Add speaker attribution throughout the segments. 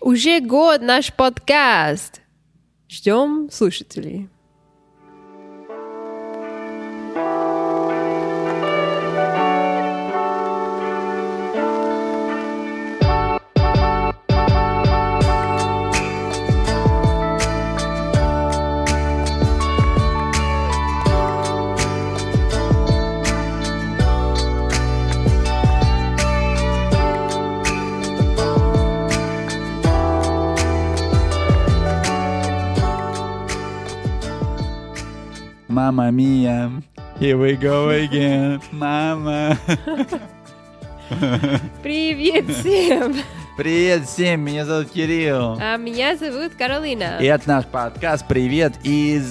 Speaker 1: Уже год наш подкаст. Ждем слушателей.
Speaker 2: Мама Мия, here we go again, мама.
Speaker 1: Привет всем!
Speaker 2: Привет всем, меня зовут Кирилл.
Speaker 1: А меня зовут Каролина.
Speaker 2: И это наш подкаст «Привет из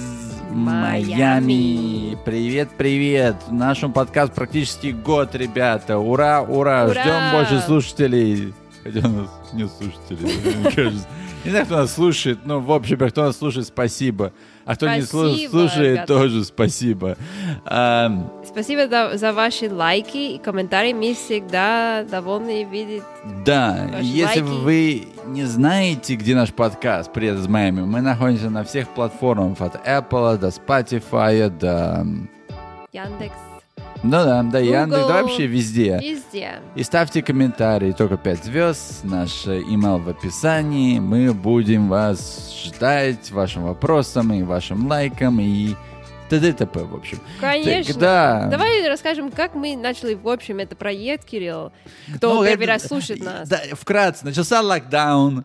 Speaker 1: Майами».
Speaker 2: Майами». Привет, привет. Нашему подкасту практически год, ребята. Ура, ура.
Speaker 1: Ура.
Speaker 2: Ждем больше слушателей. Хотя у нас нет слушателей, мне кажется. Не знаю, кто нас слушает, но в общем, кто нас слушает, спасибо. А кто не слу-
Speaker 1: Спасибо,
Speaker 2: слушает,
Speaker 1: ребята.
Speaker 2: тоже спасибо. Ам,
Speaker 1: Спасибо за, за ваши лайки и комментарии. Мы всегда довольны видеть.
Speaker 2: Да,
Speaker 1: Ваши
Speaker 2: если
Speaker 1: лайки.
Speaker 2: вы не знаете, где наш подкаст «Привет из Майами», мы находимся на всех платформах, от Apple до Spotify, до... м,
Speaker 1: Яндекс.
Speaker 2: Ну да, до Яндекс, да
Speaker 1: Google.
Speaker 2: вообще везде.
Speaker 1: Везде.
Speaker 2: И ставьте комментарии, только 5 звезд, наш э, email в описании. Мы будем вас ждать вашим вопросам и вашим лайкам и т.д. т.п. в общем.
Speaker 1: Конечно.
Speaker 2: да.
Speaker 1: Давай расскажем, как мы начали, в общем, это проект, Кирилл. Кто
Speaker 2: Ну,
Speaker 1: первый
Speaker 2: это-
Speaker 1: раз слушает нас.
Speaker 2: Да, вкратце, начался локдаун,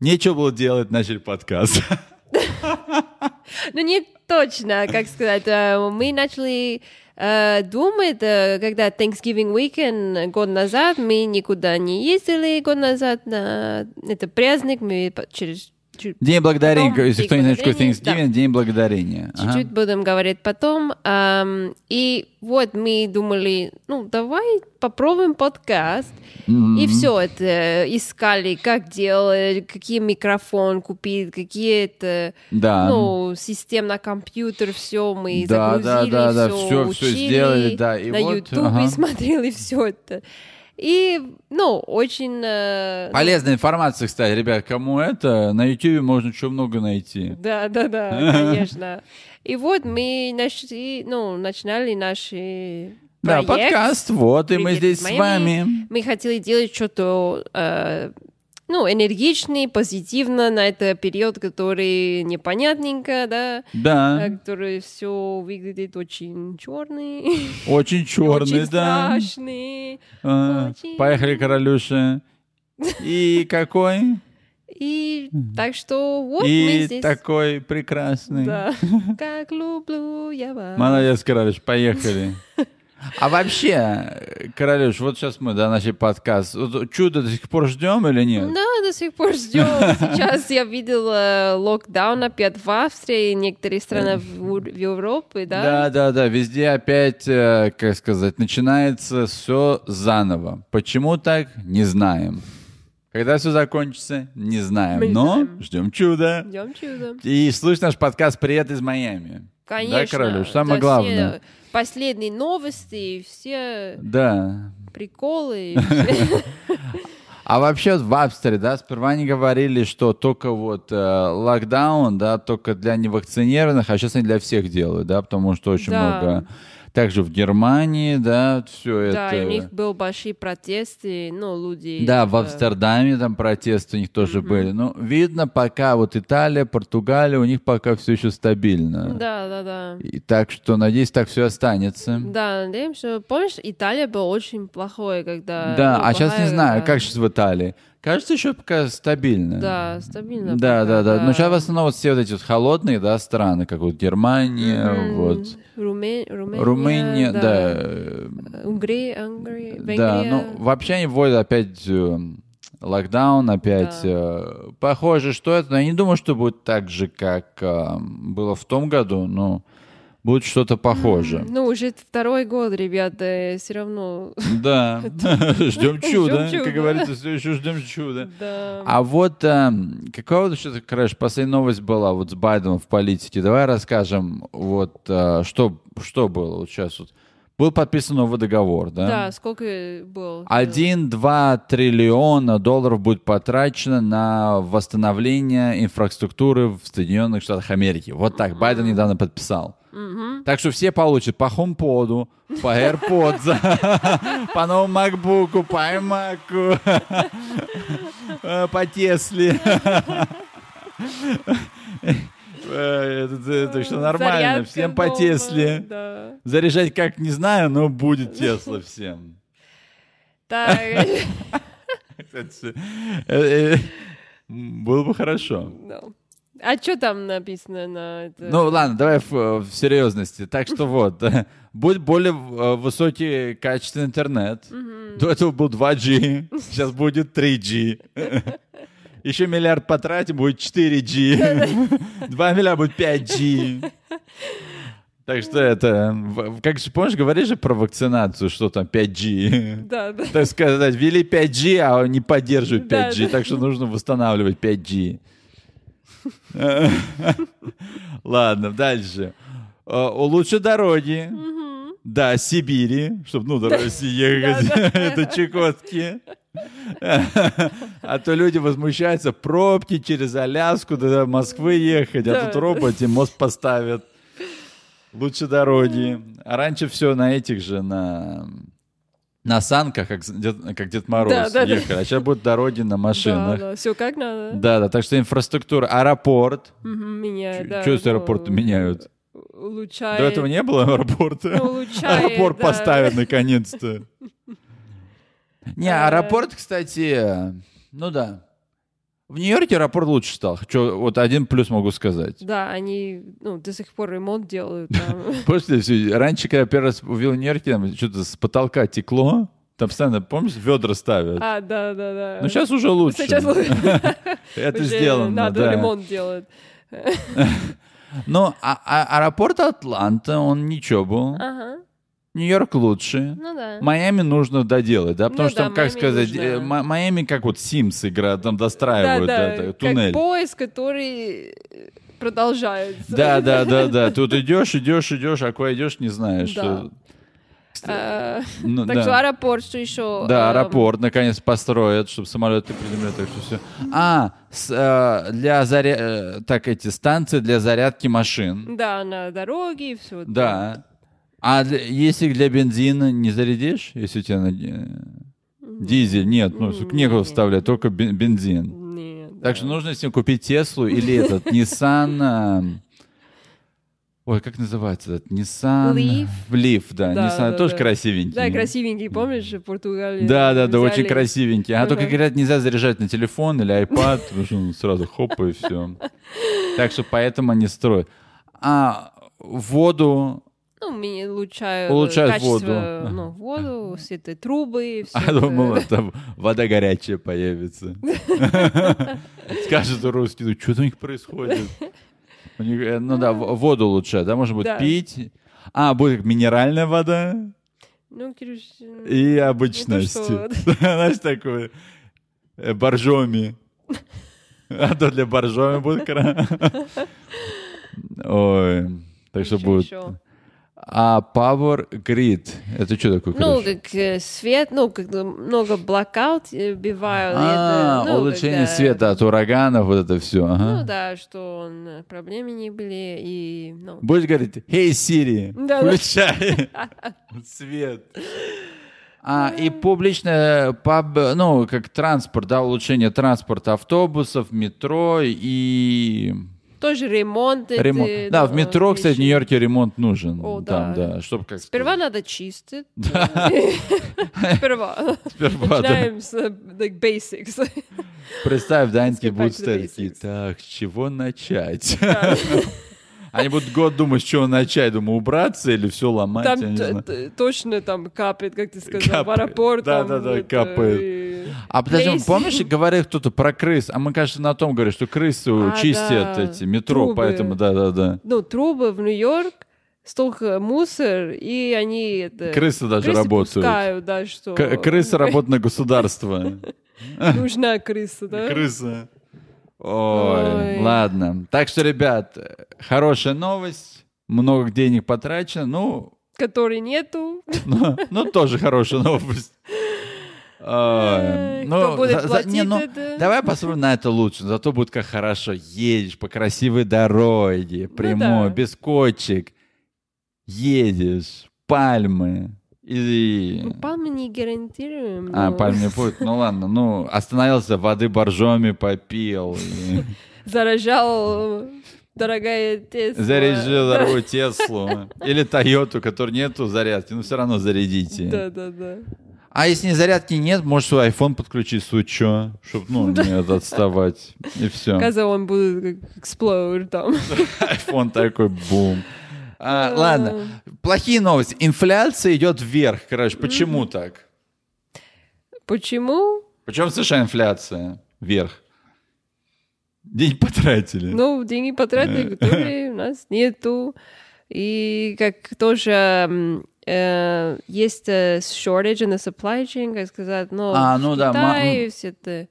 Speaker 2: нечего было делать, начали подкаст.
Speaker 1: Ну, не точно, как сказать. Э, Мы начали э, думать, э, когда Thanksgiving weekend год назад, мы никуда не ездили год назад на это праздник, мы по- через чуть-
Speaker 2: День благодарения,
Speaker 1: Потом
Speaker 2: если
Speaker 1: День
Speaker 2: кто не знает, что такое
Speaker 1: благодарения,
Speaker 2: Thanksgiving, День благодарения. Ага.
Speaker 1: чуть-чуть будем говорить потом. Ам, и вот мы думали, ну, давай попробуем подкаст. И все это искали, как делать, какие микрофон купить, какие это,
Speaker 2: Да.
Speaker 1: ну, системно компьютер, все мы
Speaker 2: А, Да,
Speaker 1: загрузили,
Speaker 2: да, да, да,
Speaker 1: все,
Speaker 2: всё, всё сделали, да, и
Speaker 1: на
Speaker 2: вот,
Speaker 1: ютубе
Speaker 2: ага.
Speaker 1: смотрели все это. И, ну, очень... э,
Speaker 2: Полезная информация, кстати, ребят, кому это, на YouTube можно еще много найти.
Speaker 1: Да, да, да, конечно. И вот мы нашли, ну, начинали наши
Speaker 2: Да,
Speaker 1: проект.
Speaker 2: подкаст, вот, и мы
Speaker 1: «Привет из
Speaker 2: здесь с
Speaker 1: Майами».
Speaker 2: вами.
Speaker 1: Мы хотели делать что-то, э, ну, энергичный, позитивно на этот период, который непонятненько, да, э,
Speaker 2: Да,
Speaker 1: который все выглядит очень черный,
Speaker 2: очень черный,
Speaker 1: очень
Speaker 2: да.
Speaker 1: страшный.
Speaker 2: А,
Speaker 1: очень.
Speaker 2: Поехали, королюша. И какой?
Speaker 1: И так что вот мы
Speaker 2: И
Speaker 1: здесь.
Speaker 2: такой прекрасный.
Speaker 1: Да. Как люблю я вас.
Speaker 2: Молодец, Королюш, поехали. А вообще, Королюш, вот сейчас мы, да, начали подкаст. Вот Чудо до сих пор ждем или нет?
Speaker 1: Да, до сих пор ждем. Сейчас я видела локдаун опять в Австрии, некоторые страны в, Ур- в Европе, да?
Speaker 2: Да, да, да, везде опять, э, как сказать, начинается все заново. Почему так, не знаем. Когда все закончится, не знаем.
Speaker 1: Мы
Speaker 2: Но
Speaker 1: знаем.
Speaker 2: ждем чуда.
Speaker 1: Идем чудо.
Speaker 2: И слушай наш подкаст «Привет из Майами».
Speaker 1: Конечно.
Speaker 2: Да, Королюш,
Speaker 1: Да,
Speaker 2: самое
Speaker 1: все
Speaker 2: главное.
Speaker 1: Последние новости, все
Speaker 2: Да.
Speaker 1: приколы. все.
Speaker 2: А вообще вот в Австрии, да, сперва они говорили, что только вот э, локдаун, да, только для невакцинированных, а сейчас они для всех делают, да, потому что очень
Speaker 1: Да.
Speaker 2: много... Также в Германии, да, все
Speaker 1: Да,
Speaker 2: это...
Speaker 1: и у них были большие протесты, ну, люди...
Speaker 2: Да, в
Speaker 1: типа,
Speaker 2: Амстердаме там протесты у них тоже были. Ну, видно, пока вот Италия, Португалия, у них пока все еще стабильно.
Speaker 1: Ну Да, да, да.
Speaker 2: И так что, надеюсь, так все останется.
Speaker 1: Да, надеемся. Помнишь, Италия была очень плохой, когда...
Speaker 2: Да,
Speaker 1: ну,
Speaker 2: а сейчас не
Speaker 1: плохая,
Speaker 2: знаю,
Speaker 1: когда-
Speaker 2: как сейчас в Италии. Кажется, еще пока стабильно.
Speaker 1: Да, стабильно.
Speaker 2: Да,
Speaker 1: пока,
Speaker 2: да, да. ну, Но сейчас в основном вот все вот эти вот холодные, да, страны, как вот Германия,
Speaker 1: М,
Speaker 2: вот
Speaker 1: Руме- Румыния,
Speaker 2: Румыния, да. э,
Speaker 1: Унгрия, Унгрия,
Speaker 2: Да,
Speaker 1: Венгрия.
Speaker 2: ну вообще они вводят опять э, локдаун, опять
Speaker 1: Да.
Speaker 2: э, похоже, что это. Но я не думаю, что будет так же, как э, было в том году, но будет что-то похоже.
Speaker 1: Ну, уже второй год, ребята, все равно.
Speaker 2: Да, ждем чуда,
Speaker 1: чуда.
Speaker 2: как говорится, все еще ждем чуда.
Speaker 1: Да.
Speaker 2: А вот э, какая вот еще, короче, последняя новость была вот с Байденом в политике. Давай расскажем, вот э, что, что было вот сейчас вот. Был подписан новый договор, да?
Speaker 1: Да, сколько было?
Speaker 2: 1-2 триллиона долларов будет потрачено на восстановление инфраструктуры в Соединенных Штатах Америки. Вот так Байден недавно подписал. Так что все получат по HomePod, по AirPods, по новому MacBook, по iMac, э, по Тесле. Э, это- это- Так что нормально,
Speaker 1: Зарядка
Speaker 2: всем по
Speaker 1: дома,
Speaker 2: Тесле.
Speaker 1: да.
Speaker 2: Заряжать как, не знаю, но будет Тесла всем.
Speaker 1: Так,
Speaker 2: Кстати, э, э, Было бы хорошо.
Speaker 1: да. А что там написано на это?
Speaker 2: Ну ладно, давай в, в серьезности. Так что вот, будет более э, высокий качественный интернет. До этого был 2G, сейчас будет 3G. Еще миллиард потратим, будет 4G. 2 миллиарда будет 5G. Так что это... в- Как же, помнишь, говоришь же про вакцинацию, что там 5G?
Speaker 1: Да, да.
Speaker 2: так сказать, ввели 5G, а не поддерживают
Speaker 1: Да,
Speaker 2: 5G,
Speaker 1: да.
Speaker 2: так что нужно восстанавливать 5G. Ладно, дальше. Э, Улучши дороги. Да, Сибири, чтобы, ну, до России ехать, до Чукотки. А то люди возмущаются, пробки через Аляску до Москвы ехать, а
Speaker 1: Да.
Speaker 2: тут роботе мост поставят. Лучше дороги. А раньше все на этих же, на, на санках, как Дед, как Дед Мороз
Speaker 1: Да, да, да.
Speaker 2: ехали. А сейчас будут дороги на
Speaker 1: Да,
Speaker 2: машинах.
Speaker 1: да, все как надо.
Speaker 2: Да, да, так что инфраструктура, аэропорт.
Speaker 1: Мгм, Меняет, да.
Speaker 2: Что с
Speaker 1: ну, а
Speaker 2: аэропорта меняют?
Speaker 1: Улучшает.
Speaker 2: До этого не было аэропорта.
Speaker 1: Улучшает,
Speaker 2: аэропорт
Speaker 1: Ну, да.
Speaker 2: поставят наконец-то. Не,
Speaker 1: Да.
Speaker 2: аэропорт, кстати, ну да. В Нью-Йорке аэропорт лучше стал. Хочу, вот один плюс могу сказать.
Speaker 1: Да, они ну, до сих пор ремонт делают там.
Speaker 2: После раньше, когда я первый раз увидел Нью-Йорк, там что-то с потолка текло. Там постоянно, помнишь, ведра ставят.
Speaker 1: А, да, да, да.
Speaker 2: ну, сейчас уже лучше.
Speaker 1: Сейчас
Speaker 2: Это
Speaker 1: уже
Speaker 2: сделано,
Speaker 1: Надо
Speaker 2: да.
Speaker 1: ремонт делать.
Speaker 2: Но а- а- аэропорт Атланта, он ничего был.
Speaker 1: Ага,
Speaker 2: Нью-Йорк лучше.
Speaker 1: ну да.
Speaker 2: Майами нужно доделать, да, потому
Speaker 1: Ну
Speaker 2: что
Speaker 1: да,
Speaker 2: там, как
Speaker 1: Майами
Speaker 2: сказать,
Speaker 1: нужно.
Speaker 2: э, Ма- Майами как вот Sims игра, там
Speaker 1: Да,
Speaker 2: достраивают
Speaker 1: да,
Speaker 2: это,
Speaker 1: как
Speaker 2: туннель.
Speaker 1: поезд, который э, продолжается.
Speaker 2: Да, да, да, да. Тут идешь, идешь, идешь, а куда идешь, не знаешь.
Speaker 1: Да.
Speaker 2: что-
Speaker 1: А,
Speaker 2: Ну,
Speaker 1: Так
Speaker 2: да.
Speaker 1: что аэропорт, что эм, еще?
Speaker 2: Да, аэропорт наконец построят, чтобы самолеты приземлили, так что все. А, с, э, для заря... э, так эти станции для зарядки машин.
Speaker 1: Да, на дороге и все.
Speaker 2: Да. А для- если для бензина не зарядишь, если у тебя на- э, дизель, нет, ну сука, некуда вставлять, только бен- бензин.
Speaker 1: Нет.
Speaker 2: Так что нужно с ним купить Теслу или этот Nissan. э, Ой, как называется этот? Nissan
Speaker 1: Leaf?
Speaker 2: Leaf, да.
Speaker 1: Да, да,
Speaker 2: Nissan тоже
Speaker 1: да.
Speaker 2: красивенький.
Speaker 1: Да, красивенький, помнишь, в Португалии?
Speaker 2: ну, Да, да, да,
Speaker 1: взяли. Ну
Speaker 2: очень красивенький. А только
Speaker 1: Ага.
Speaker 2: говорят, нельзя заряжать на телефон или iPad, потому что он сразу хоп и все. Так что поэтому они строят. А воду,
Speaker 1: Ну, мне улучшают,
Speaker 2: Улучшают
Speaker 1: качество,
Speaker 2: воду.
Speaker 1: Ну, воду, все это трубы, все
Speaker 2: а думала, там вода горячая появится. Скажет русский, ну что у них происходит? У них, э, ну да, в- воду лучше, да, можно будет
Speaker 1: Да.
Speaker 2: пить. А, будет минеральная вода
Speaker 1: Ну, Кирюш, ну,
Speaker 2: и
Speaker 1: это
Speaker 2: обычности.
Speaker 1: Ну что?
Speaker 2: Знаешь, такое, э, боржоми. А то для боржоми будет кра- Ой, так что
Speaker 1: Ещё,
Speaker 2: будет.
Speaker 1: ещё.
Speaker 2: А Power Grid, это что такое?
Speaker 1: Ну,
Speaker 2: Кирюш?
Speaker 1: как э, свет, ну, как э, много блокаут э, бивают.
Speaker 2: А,
Speaker 1: это, ну,
Speaker 2: улучшение
Speaker 1: когда-
Speaker 2: света от ураганов, вот это все.
Speaker 1: Ну, да, что он, э, проблемы не были, и, ну,
Speaker 2: Будешь говорить, «Hey, Сири,
Speaker 1: Да, да.
Speaker 2: включай свет». А, и публичное, паб- ну, как транспорт, да, улучшение транспорта автобусов, метро и
Speaker 1: тоже ремонт.
Speaker 2: ремонт.
Speaker 1: ну,
Speaker 2: да, в метро, кстати, в Нью-Йорке ремонт нужен.
Speaker 1: О,
Speaker 2: там,
Speaker 1: да.
Speaker 2: да. чтобы как
Speaker 1: Сперва
Speaker 2: сказать,
Speaker 1: надо чистить. ну, Сперва.
Speaker 2: сперва, да.
Speaker 1: Начинаем с э, like, basics.
Speaker 2: Представь, Даньки
Speaker 1: Skip back
Speaker 2: будут
Speaker 1: to the
Speaker 2: стоять такие,
Speaker 1: basics.
Speaker 2: так, с чего начать? Они будут год думать, с чего начать. Думаю, убраться или все ломать, я
Speaker 1: Там
Speaker 2: не
Speaker 1: т-
Speaker 2: знаю.
Speaker 1: т- точно там капает, как ты сказал, в
Speaker 2: Капает.
Speaker 1: аэропорт.
Speaker 2: Да,
Speaker 1: там
Speaker 2: да, да,
Speaker 1: это,
Speaker 2: капает.
Speaker 1: и-
Speaker 2: А подожди,
Speaker 1: Плесень.
Speaker 2: помнишь, говорил кто-то про крыс? А мы, кажется, на том говорили, что крысы
Speaker 1: А,
Speaker 2: чистят
Speaker 1: да,
Speaker 2: эти метро,
Speaker 1: трубы.
Speaker 2: поэтому да-да-да.
Speaker 1: Ну, трубы в Нью-Йорк, столько мусор, и они... Это,
Speaker 2: Крысы даже
Speaker 1: Э, крысы
Speaker 2: работают.
Speaker 1: пускают, да, что...
Speaker 2: К- крысы работают на государство.
Speaker 1: Нужна крыса, да?
Speaker 2: Крыса. Ой,
Speaker 1: Ой.
Speaker 2: ладно. Так что, ребят, хорошая новость. Много денег потрачено. Ну,
Speaker 1: которой нету.
Speaker 2: Ну, ну, тоже хорошая новость. Ой,
Speaker 1: Э, кто будет
Speaker 2: за- за-
Speaker 1: платить
Speaker 2: не, ну,
Speaker 1: это?
Speaker 2: Давай посмотрим на это лучше. Зато будет как хорошо. Едешь по красивой дороге, прямой,
Speaker 1: Ну да.
Speaker 2: без кочек. Едешь, пальмы. И...
Speaker 1: Ну, пальмы не гарантируем.
Speaker 2: А,
Speaker 1: но
Speaker 2: пальм не будет. Ну ладно, ну остановился, воды боржоми попил. и
Speaker 1: Заражал э, дорогая Тесла.
Speaker 2: Зарядил
Speaker 1: Да,
Speaker 2: дорогую Теслу. Или Тойоту, которой нету зарядки. Ну все равно зарядите.
Speaker 1: Да, да, да.
Speaker 2: А если зарядки нет, можешь свой iPhone подключить, суть чё, чтобы, ну, не отставать. И все.
Speaker 1: Каза он будет как explode там.
Speaker 2: iPhone такой бум. А, ладно, плохие новости. Инфляция идет вверх, короче. Почему так?
Speaker 1: Почему?
Speaker 2: Почему в США инфляция вверх? День потратили.
Speaker 1: Ну, деньги
Speaker 2: Э.
Speaker 1: потратили, которые у нас нету. И как тоже м, э, есть э, shortage на supply chain, как сказать, но
Speaker 2: А, ну
Speaker 1: в
Speaker 2: да, ма-
Speaker 1: Китае все это...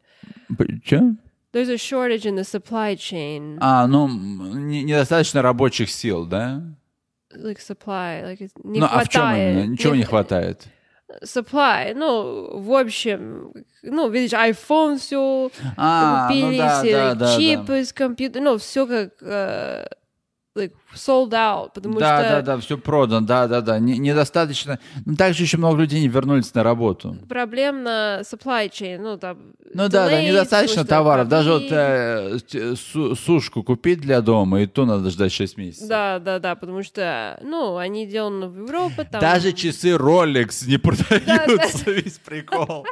Speaker 2: Чё?
Speaker 1: There's a shortage in the supply chain.
Speaker 2: А, ну, м, не- недостаточно рабочих сил, да?
Speaker 1: Like supply, like it's- не
Speaker 2: ну, а в чем
Speaker 1: хватает.
Speaker 2: именно? Ничего не, хватает.
Speaker 1: Supply, ну, в общем, ну, видишь, iPhone все,
Speaker 2: А, ну
Speaker 1: купили
Speaker 2: да,
Speaker 1: все,
Speaker 2: да,
Speaker 1: like,
Speaker 2: да, да.
Speaker 1: чипы с компьютера, ну, все как э, like sold out, потому
Speaker 2: да,
Speaker 1: что
Speaker 2: да, да, все продано, да, да, да. Не- недостаточно. Ну, также еще много людей не вернулись на работу.
Speaker 1: проблем на supply chain, ну там.
Speaker 2: Ну да, да,
Speaker 1: delays,
Speaker 2: недостаточно
Speaker 1: потому что
Speaker 2: товаров. Даже вот
Speaker 1: корабли-
Speaker 2: э, с- су- сушку купить для дома, и то надо ждать 6 месяцев.
Speaker 1: Да, да, да, потому что, ну, они деланы в Европе, там.
Speaker 2: Даже часы Rolex не продаются, весь прикол.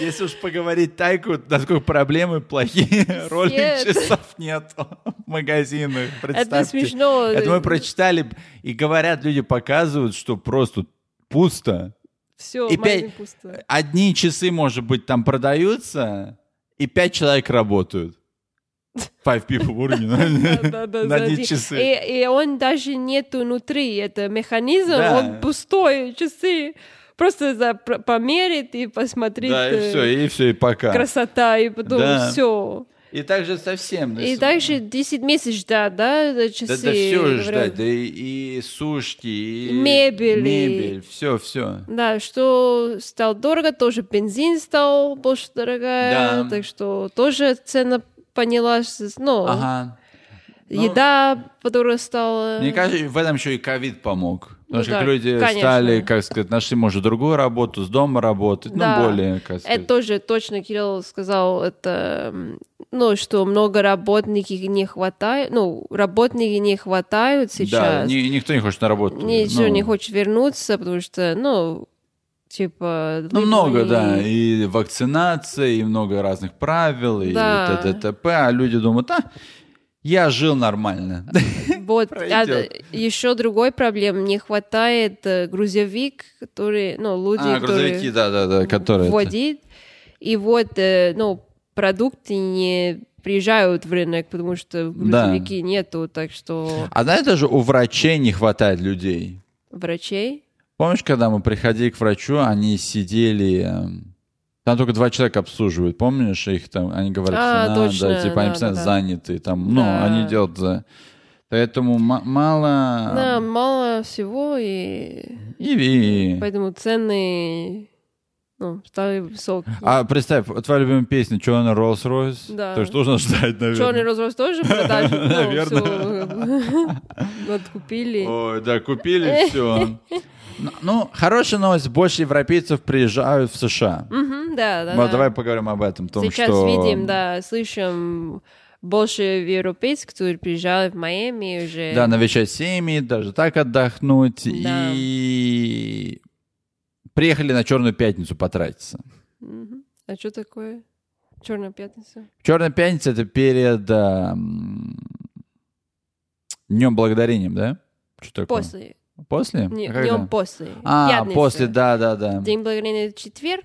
Speaker 2: Если уж поговорить тайку, насколько проблемы плохие, Rolex
Speaker 1: Нет.
Speaker 2: часов нет в магазинах,
Speaker 1: Это
Speaker 2: представьте.
Speaker 1: смешно.
Speaker 2: Это мы прочитали, и говорят, люди показывают, что просто пусто.
Speaker 1: Все,
Speaker 2: и пять-
Speaker 1: пусто.
Speaker 2: Одни часы, может быть, там продаются, и пять человек работают. Five people working
Speaker 1: Да, да, да,
Speaker 2: на одни
Speaker 1: да.
Speaker 2: часы.
Speaker 1: И, и он даже нету внутри, это механизм,
Speaker 2: Да.
Speaker 1: он пустой, часы. Просто за, пр- померить и посмотреть.
Speaker 2: Да, и
Speaker 1: э,
Speaker 2: все, и все, и пока.
Speaker 1: Красота, и потом
Speaker 2: Да. Ну
Speaker 1: все.
Speaker 2: И так же совсем.
Speaker 1: И дальше 10 месяцев ждать, да, за часы.
Speaker 2: Да, да все
Speaker 1: говорю.
Speaker 2: ждать, да и, и сушки, и
Speaker 1: И мебели.
Speaker 2: мебель, все, все.
Speaker 1: Да, что стал дорого, тоже бензин стал больше дорогая,
Speaker 2: Да.
Speaker 1: так что тоже цена поднялась, ну,
Speaker 2: Ага. ну-
Speaker 1: еда подороже стала.
Speaker 2: Мне кажется, в этом еще и ковид помог. Потому
Speaker 1: Ну
Speaker 2: что
Speaker 1: да,
Speaker 2: как люди
Speaker 1: конечно.
Speaker 2: стали, как сказать, нашли, может, другую работу, с дома работать,
Speaker 1: Да.
Speaker 2: ну, более, как сказать.
Speaker 1: Это тоже точно Кирилл сказал, это, м, ну, что много работники не хватает, ну, работники не хватают
Speaker 2: Да,
Speaker 1: сейчас.
Speaker 2: ни- никто не хочет на работу.
Speaker 1: Ничего
Speaker 2: ну,
Speaker 1: не хочет вернуться, потому что, ну, типа...
Speaker 2: Ну, много, да,
Speaker 1: и-
Speaker 2: и вакцинация, и много разных правил, и
Speaker 1: Да.
Speaker 2: т.д.т.п. А люди думают, а, я жил нормально.
Speaker 1: Вот,
Speaker 2: Пройдёт.
Speaker 1: еще другой проблем, не хватает э, грузовик, который, ну, люди,
Speaker 2: А, грузовики,
Speaker 1: которые
Speaker 2: да-да-да, которые... это.
Speaker 1: водит, и вот, э, ну, продукты не приезжают в рынок, потому что
Speaker 2: Да.
Speaker 1: грузовики нету, так что
Speaker 2: А знаешь, даже у врачей не хватает людей.
Speaker 1: врачей.
Speaker 2: Помнишь, когда мы приходили к врачу, они сидели... эм, Там только два человека обслуживают, помнишь? Их там, они говорят,
Speaker 1: А,
Speaker 2: что надо,
Speaker 1: точно,
Speaker 2: типа, они
Speaker 1: да,
Speaker 2: постоянно
Speaker 1: да, да.
Speaker 2: заняты, там, ну,
Speaker 1: Да.
Speaker 2: они делают за... Поэтому ма- мало...
Speaker 1: Да, мало всего, и
Speaker 2: И- и-
Speaker 1: поэтому цены, ну, стали высокие.
Speaker 2: А представь, вот твоя любимая песня «Черный Rolls-Royce».
Speaker 1: Да.
Speaker 2: Ты что нужно ждать, наверное?
Speaker 1: Черный розрос тоже продажи, ну,
Speaker 2: Наверное.
Speaker 1: откупили.
Speaker 2: Ой, да,
Speaker 1: Э.
Speaker 2: купили все. Ну, хорошая новость, больше европейцев приезжают в США.
Speaker 1: Мгм, Да, да,
Speaker 2: Вот
Speaker 1: да.
Speaker 2: давай поговорим об этом, том,
Speaker 1: Сейчас
Speaker 2: что...
Speaker 1: видим, да, слышим больше европейцев, которые приезжали в Майами уже.
Speaker 2: Да, навещать семьи, даже так отдохнуть.
Speaker 1: Да.
Speaker 2: И приехали на Черную пятницу потратиться.
Speaker 1: Мгм. А что такое? Черная пятница.
Speaker 2: Черная пятница это перед Днем благодарением, да? Что такое?
Speaker 1: После.
Speaker 2: После? А
Speaker 1: Не-
Speaker 2: когда?
Speaker 1: Днем после.
Speaker 2: А,
Speaker 1: Пятница.
Speaker 2: после, да, да, да.
Speaker 1: День благодарения в четверг.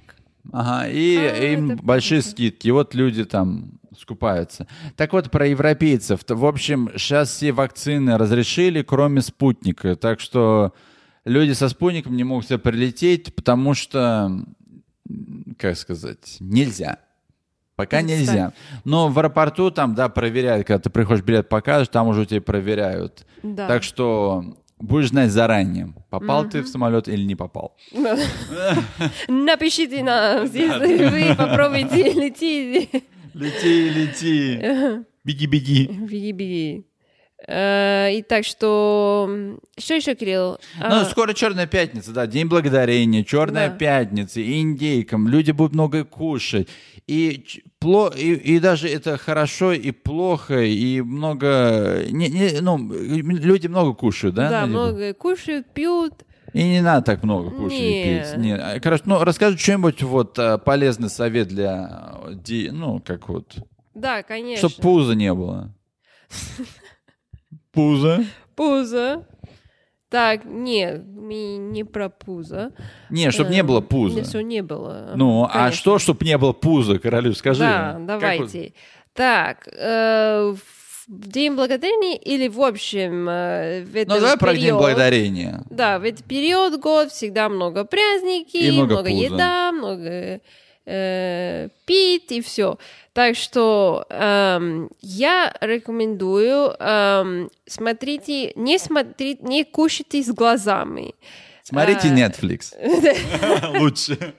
Speaker 2: Ага, и
Speaker 1: А,
Speaker 2: им
Speaker 1: это
Speaker 2: большие
Speaker 1: понятно.
Speaker 2: скидки. И вот люди там скупаются. Так вот, про европейцев. То, В общем, сейчас все вакцины разрешили, кроме спутника. Так что люди со спутником не могут сюда прилететь, потому что, м, как сказать, нельзя. Пока
Speaker 1: Представь.
Speaker 2: нельзя. Но в аэропорту там, да, проверяют, когда ты приходишь, билет покажешь, там уже тебя проверяют.
Speaker 1: Да.
Speaker 2: Так что Будешь знать заранее, попал ты в самолет или не попал.
Speaker 1: Ну, Напишите нам, если вы попробуйте летите.
Speaker 2: Лети, лети. Беги, беги.
Speaker 1: Беги-беги. Э, И так что... м, Что еще, Кирилл? А,
Speaker 2: Ну, скоро Черная Пятница, да, День Благодарения, Черная
Speaker 1: Да.
Speaker 2: Пятница, индейкам, люди будут много кушать. И, ч- пло- и, и даже это хорошо и плохо, и много... не- не, ну, м, люди много кушают, да?
Speaker 1: Да,
Speaker 2: люди?
Speaker 1: много кушают, пьют.
Speaker 2: И не надо так много кушать и
Speaker 1: Не.
Speaker 2: пить. Не, а, Короче, ну, расскажи что-нибудь вот а, полезный совет для... э, ди- Ну, как вот...
Speaker 1: Да, конечно.
Speaker 2: Чтоб пуза не было. Пузо?
Speaker 1: Пузо. Так, не, ми- не про пузо.
Speaker 2: Не, чтоб
Speaker 1: Э,
Speaker 2: не было пуза.
Speaker 1: Все не было.
Speaker 2: Ну, а
Speaker 1: Э, Конечно.
Speaker 2: что, чтоб не было пуза, королю, скажи.
Speaker 1: Да,
Speaker 2: Как вот-
Speaker 1: давайте. Так, э, в День Благодарения или в общем э, в
Speaker 2: Ну,
Speaker 1: этот
Speaker 2: давай про День
Speaker 1: период-
Speaker 2: Благодарения.
Speaker 1: Да, в этот период год всегда много праздники,
Speaker 2: И много пуза.
Speaker 1: еда, много э, пить и все. Так что эм, я рекомендую эм, смотрите, не смотрите, не кушайте с глазами.
Speaker 2: Смотрите
Speaker 1: А,
Speaker 2: Netflix. Лучше.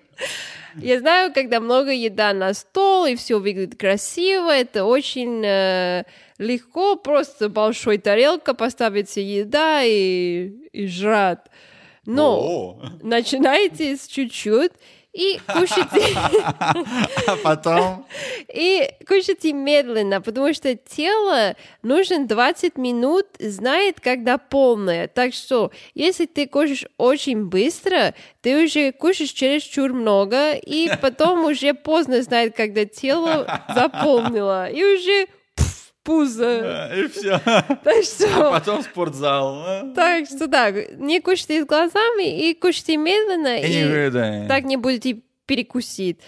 Speaker 1: Я знаю, когда много еда на стол, и все выглядит красиво, это очень э, легко, просто большой тарелка поставится еда и, и жрать. Но
Speaker 2: О,
Speaker 1: начинайте с чуть-чуть и кушайте,
Speaker 2: А потом...
Speaker 1: и кушайте медленно, потому что тело нужен 20 минут, знает, когда полное. Так что, если ты кушаешь очень быстро, ты уже кушаешь чересчур много, и потом уже поздно знает, когда тело заполнило, и уже пф, пузо.
Speaker 2: э, И все.
Speaker 1: Так что...
Speaker 2: Потом спортзал. э.
Speaker 1: Так что да, не кушайте с глазами и кушайте медленно.
Speaker 2: И не выдай.
Speaker 1: так не будете перекусить.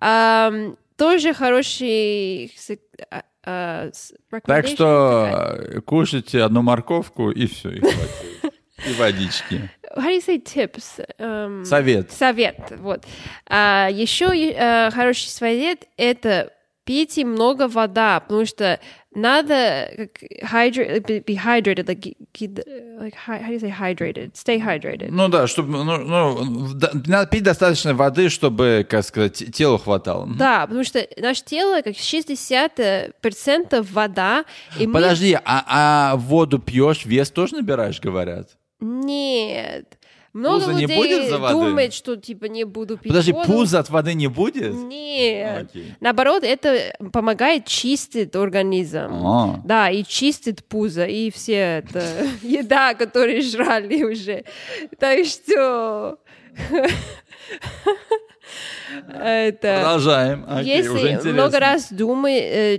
Speaker 1: Ам, тоже хороший сек- а, а, с- recommendation
Speaker 2: Так
Speaker 1: какая?
Speaker 2: что э, кушайте одну морковку и все, и хватит. И водички.
Speaker 1: How do you say tips? Ам,
Speaker 2: Совет.
Speaker 1: совет, вот. А, еще э, хороший совет — это пейте много вода, потому что надо как hydra- be be hydrated, like, get- like, hy- how do you say hydrated? Stay hydrated.
Speaker 2: Ну да, чтобы ну, ну, в- да- надо пить достаточно воды, чтобы, как сказать, те- телу хватало.
Speaker 1: Да, потому что наше тело как 60% вода, и мы
Speaker 2: Подожди, а, а воду пьешь, вес тоже набираешь, говорят?
Speaker 1: Нет. Много
Speaker 2: Пузо не
Speaker 1: людей
Speaker 2: будет за водой?
Speaker 1: думает, что типа не буду пить
Speaker 2: Подожди,
Speaker 1: воду.
Speaker 2: пузо от воды не будет?
Speaker 1: Нет.
Speaker 2: Окей.
Speaker 1: Наоборот, это помогает чистить организм.
Speaker 2: А.
Speaker 1: Да, и чистит пузо, и все это еда, которую жрали уже. Так что... Это...
Speaker 2: Продолжаем. Окей, уже
Speaker 1: Э, Если
Speaker 2: интересно.
Speaker 1: много раз думай, э,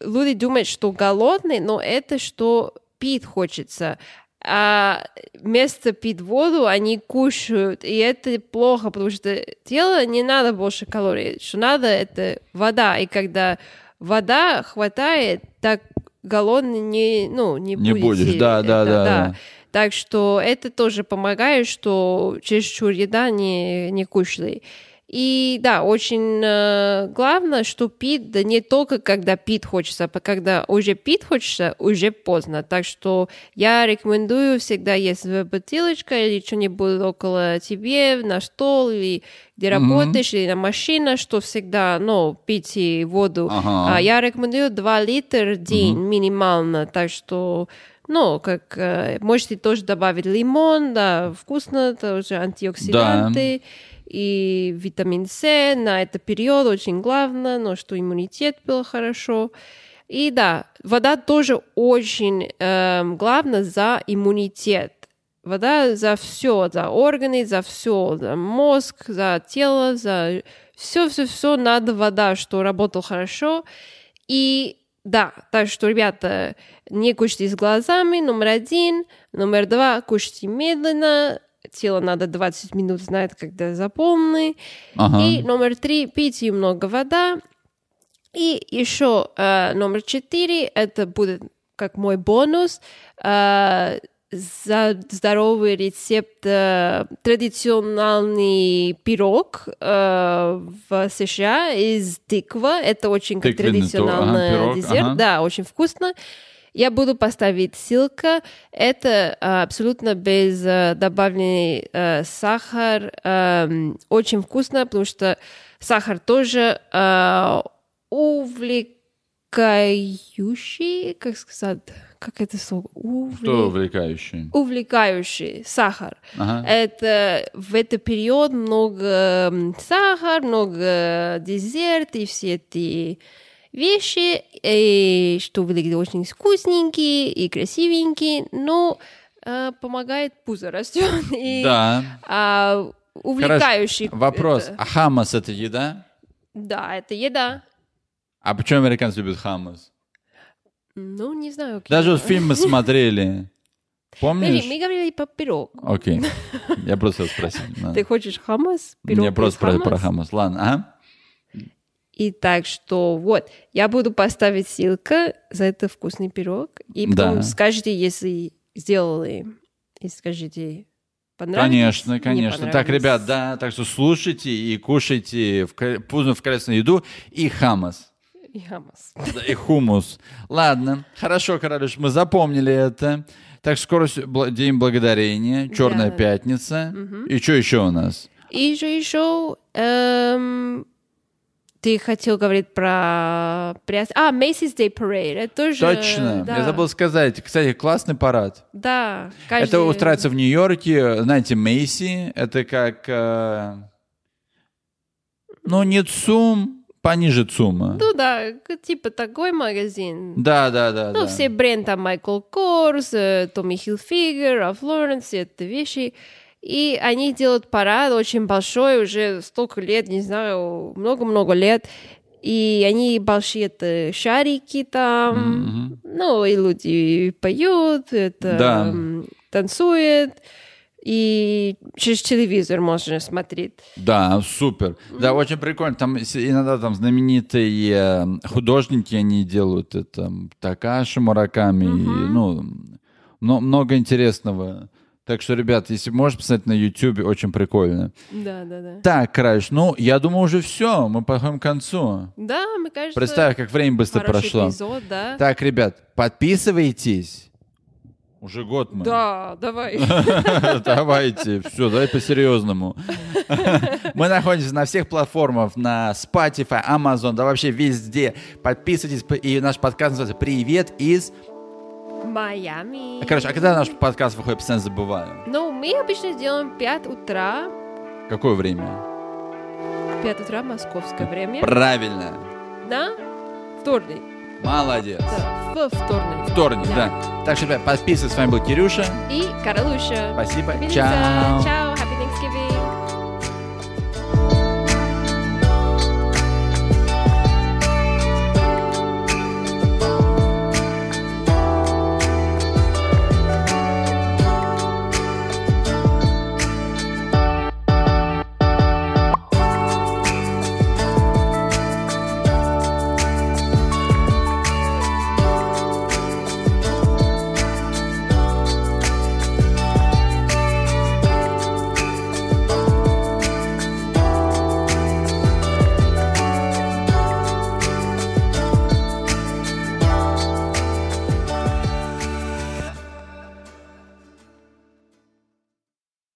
Speaker 1: люди думают, что голодный, но это что пить хочется. А вместо пить воду они кушают, и это плохо, потому что тело не надо больше калорий, что надо это вода, и когда вода хватает, так голодный не, ну, не,
Speaker 2: Не
Speaker 1: будете.
Speaker 2: будешь, да, да,
Speaker 1: Это
Speaker 2: да, да.
Speaker 1: Так что это тоже помогает, что чересчур еда не, не кушай. И да, очень э, главное, что пить, да не только когда пить хочется, а когда уже пить хочется, уже поздно. Так что я рекомендую всегда, если бутылочка или что-нибудь около тебе, на стол, или где
Speaker 2: Мгм.
Speaker 1: работаешь, или на машине, что всегда, ну, пить и воду.
Speaker 2: Ага.
Speaker 1: А я рекомендую 2 литра в день минимально, так что, ну, как э, можете тоже добавить лимон, да, вкусно, тоже антиоксиданты и витамин С на этот период очень главное, но что иммунитет был хорошо. И да, вода тоже очень эм, главное за иммунитет. Вода за все, за органы, за все, за мозг, за тело, за все, все, все надо вода, что работал хорошо. И да, так что, ребята, не кушайте с глазами, номер один. Номер два, кушайте медленно. Тело надо 20 минут знает, когда заполнены.
Speaker 2: Ага.
Speaker 1: И номер три, пейте много вода. И еще э, номер четыре, это будет как мой бонус, э, за здоровый рецепт э, традиционный пирог э, в США из тыквы. Это очень как
Speaker 2: Тыквенный то- ага,
Speaker 1: традиционный
Speaker 2: пирог,
Speaker 1: десерт,
Speaker 2: ага.
Speaker 1: да, очень вкусно. Я буду поставить ссылку. Это а, абсолютно без а, добавленный а, сахар. Ам, Очень вкусно, потому что сахар тоже а, увлекающий, как сказать, как это слово? Увле-
Speaker 2: Что увлекающее?
Speaker 1: Увлекающий сахар.
Speaker 2: Ага.
Speaker 1: Это в этот период много м, сахар, много десерт и все эти вещи, и что выглядит очень вкусненькие и красивенькие, но э, помогает пузо растет и
Speaker 2: Да.
Speaker 1: а, увлекающий.
Speaker 2: Вопрос.
Speaker 1: это-
Speaker 2: А хамас это еда?
Speaker 1: да, это еда.
Speaker 2: А почему американцы любят хамас?
Speaker 1: Ну, не знаю. окей.
Speaker 2: Даже вот фильм мы смотрели.
Speaker 1: Смотри,
Speaker 2: Помнишь?
Speaker 1: мы говорили про пирог.
Speaker 2: Окей. Я просто спросил. да.
Speaker 1: Ты хочешь хамас? Пирог
Speaker 2: Я просто
Speaker 1: из
Speaker 2: про,
Speaker 1: хамаса?
Speaker 2: про хамас. Ладно, ага.
Speaker 1: И так что вот, я буду поставить ссылку за это вкусный пирог. И потом
Speaker 2: Да.
Speaker 1: скажите, если сделали, и скажите, понравилось.
Speaker 2: Конечно,
Speaker 1: не
Speaker 2: конечно. Так,
Speaker 1: понравилось.
Speaker 2: ребят, да, так что слушайте и кушайте в кра- пузо в красную еду и хамас.
Speaker 1: И хамас.
Speaker 2: Да, и хумус. Ладно, хорошо, Королюш, мы запомнили это. Так, скоро с- бл- День Благодарения, Черная
Speaker 1: Да.
Speaker 2: Пятница. И что еще у нас?
Speaker 1: И же еще эм, ты хотел говорить про пряс... А, Macy's Day Parade. Это тоже...
Speaker 2: Точно,
Speaker 1: Э, да.
Speaker 2: я забыл сказать. Кстати, классный парад.
Speaker 1: Да.
Speaker 2: Это
Speaker 1: каждый-
Speaker 2: устраивается в Нью-Йорке, знаете, Мейси. Это как... э, ну, не ЦУМ, пониже ЦУМа.
Speaker 1: Ну да, к- типа такой магазин.
Speaker 2: Да, да, да.
Speaker 1: Ну,
Speaker 2: да.
Speaker 1: все бренды, там, Майкл Корс, э, Томми Хилфигер, Раф Лоренс, все это вещи. И они делают парад очень большой, уже столько лет, не знаю, много-много лет. И они большие это шарики там,
Speaker 2: Мгм.
Speaker 1: ну, и люди поют, это
Speaker 2: Да.
Speaker 1: м, танцуют. И через телевизор можно смотреть.
Speaker 2: Да, супер. Да, очень прикольно. Там с- иногда там знаменитые э, художники, они делают это, там, Такаши Мураками, и, ну, мно- много интересного. Так что, ребят, если можешь посмотреть на YouTube, очень прикольно.
Speaker 1: Да, да, да.
Speaker 2: Так, Краш, ну, я думаю, уже все, мы подходим к концу.
Speaker 1: Да, мне кажется,
Speaker 2: Представь, как время быстро
Speaker 1: хороший
Speaker 2: прошло.
Speaker 1: эпизод, да.
Speaker 2: Так, ребят, подписывайтесь. Уже год мы.
Speaker 1: Да, давай.
Speaker 2: Давайте, все, давай по-серьезному. Мы находимся на всех платформах, на Spotify, Amazon, да вообще везде. Подписывайтесь, п- и наш подкаст называется «Привет из...»
Speaker 1: Майами.
Speaker 2: А, Короче, а когда наш подкаст выходит, постоянно забываю.
Speaker 1: Ну, мы обычно делаем 5 утра.
Speaker 2: Какое время?
Speaker 1: 5 утра московское время.
Speaker 2: Правильно.
Speaker 1: На вторник.
Speaker 2: Молодец.
Speaker 1: Да, в вторник.
Speaker 2: Вторник, да. Так что, ребят, подписывайтесь. С вами был Кирюша.
Speaker 1: И Каралуша.
Speaker 2: Спасибо.
Speaker 1: Милица,
Speaker 2: Чао.
Speaker 1: Чао.